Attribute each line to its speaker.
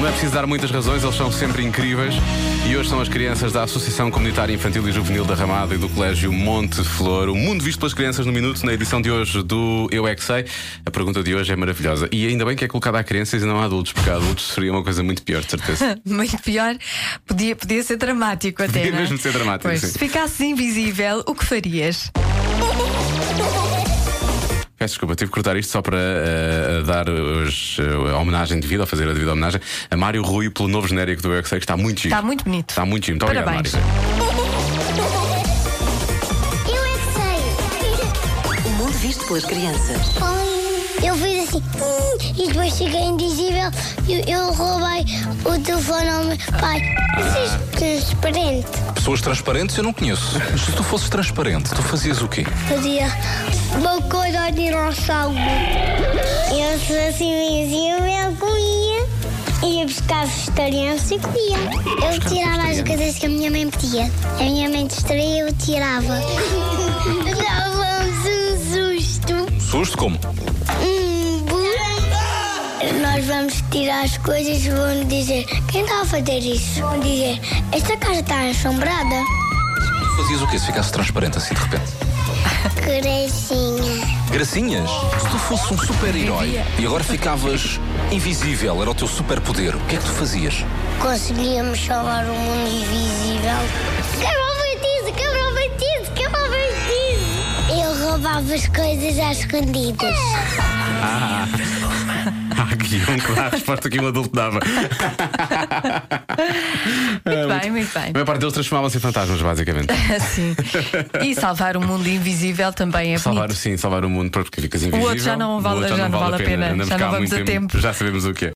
Speaker 1: Não é preciso dar muitas razões, eles são sempre incríveis. E hoje são as crianças da Associação Comunitária Infantil e Juvenil da Ramada e do Colégio Monte Flor. O mundo visto pelas crianças no minuto, na edição de hoje do Eu É Que Sei. A pergunta de hoje é maravilhosa. E ainda bem que é colocada a crianças e não a adultos, porque a adultos seria uma coisa muito pior, de certeza.
Speaker 2: Muito pior, podia, podia ser dramático até.
Speaker 1: Podia
Speaker 2: não é?
Speaker 1: mesmo ser dramático,
Speaker 2: Pois,
Speaker 1: sim.
Speaker 2: se ficasses invisível, o que farias?
Speaker 1: Peço desculpa, tive que cortar isto só para eh, dar os, eh, a homenagem devida, ou fazer a devida homenagem a Mário Rui pelo novo genérico do Eu É Que Sei, que está muito giro.
Speaker 2: Está muito bonito.
Speaker 1: Está muito giro. Muito
Speaker 2: Parabéns.
Speaker 1: obrigado, Mário.
Speaker 3: Eu é que sei.
Speaker 4: O mundo visto pelas crianças.
Speaker 3: Eu fiz assim "Hum", e depois cheguei indizível e eu roubei o telefone ao meu pai. Vocês transparente.
Speaker 5: Pessoas transparentes eu não conheço. Mas Se tu fosses transparente, tu fazias o quê?
Speaker 3: Fazia uma coisa ao dinossauro. Eu se assim invisível comia. Ia buscar vegetarianos e comia. Eu tirava as coisas que a minha mãe pedia. A minha mãe distraía, eu tirava. Dávamos um susto.
Speaker 5: Susto como?
Speaker 3: Hum, bu- Nós vamos tirar as coisas e vão dizer quem está a fazer isso? Vão dizer esta casa está assombrada?
Speaker 5: Tu fazias o quê se ficasse transparente assim de repente?
Speaker 3: Gracinha.
Speaker 5: Gracinhas? Se tu fosses um super-herói e agora ficavas invisível, era o teu superpoder, o que é que tu fazias?
Speaker 3: Conseguíamos salvar o mundo invisível. Quebrou feitiço, quebrou feitiço, quebrou feitiço. Eu roubava as coisas às escondidas.
Speaker 1: Ah, guião, claro, a resposta que um adulto dava. É,
Speaker 2: Muito bem, muito
Speaker 1: A
Speaker 2: bem.
Speaker 1: maior parte deles transformavam-se em fantasmas, basicamente.
Speaker 2: Assim. E salvar o mundo invisível também é
Speaker 1: Salvar,
Speaker 2: bonito.
Speaker 1: sim, salvar o mundo porque ficas invisível.
Speaker 2: já não vale- já não vale a pena.
Speaker 1: Andamos
Speaker 2: Já não
Speaker 1: cá há
Speaker 2: vamos
Speaker 1: muito
Speaker 2: a tempo.
Speaker 1: Já sabemos o que é.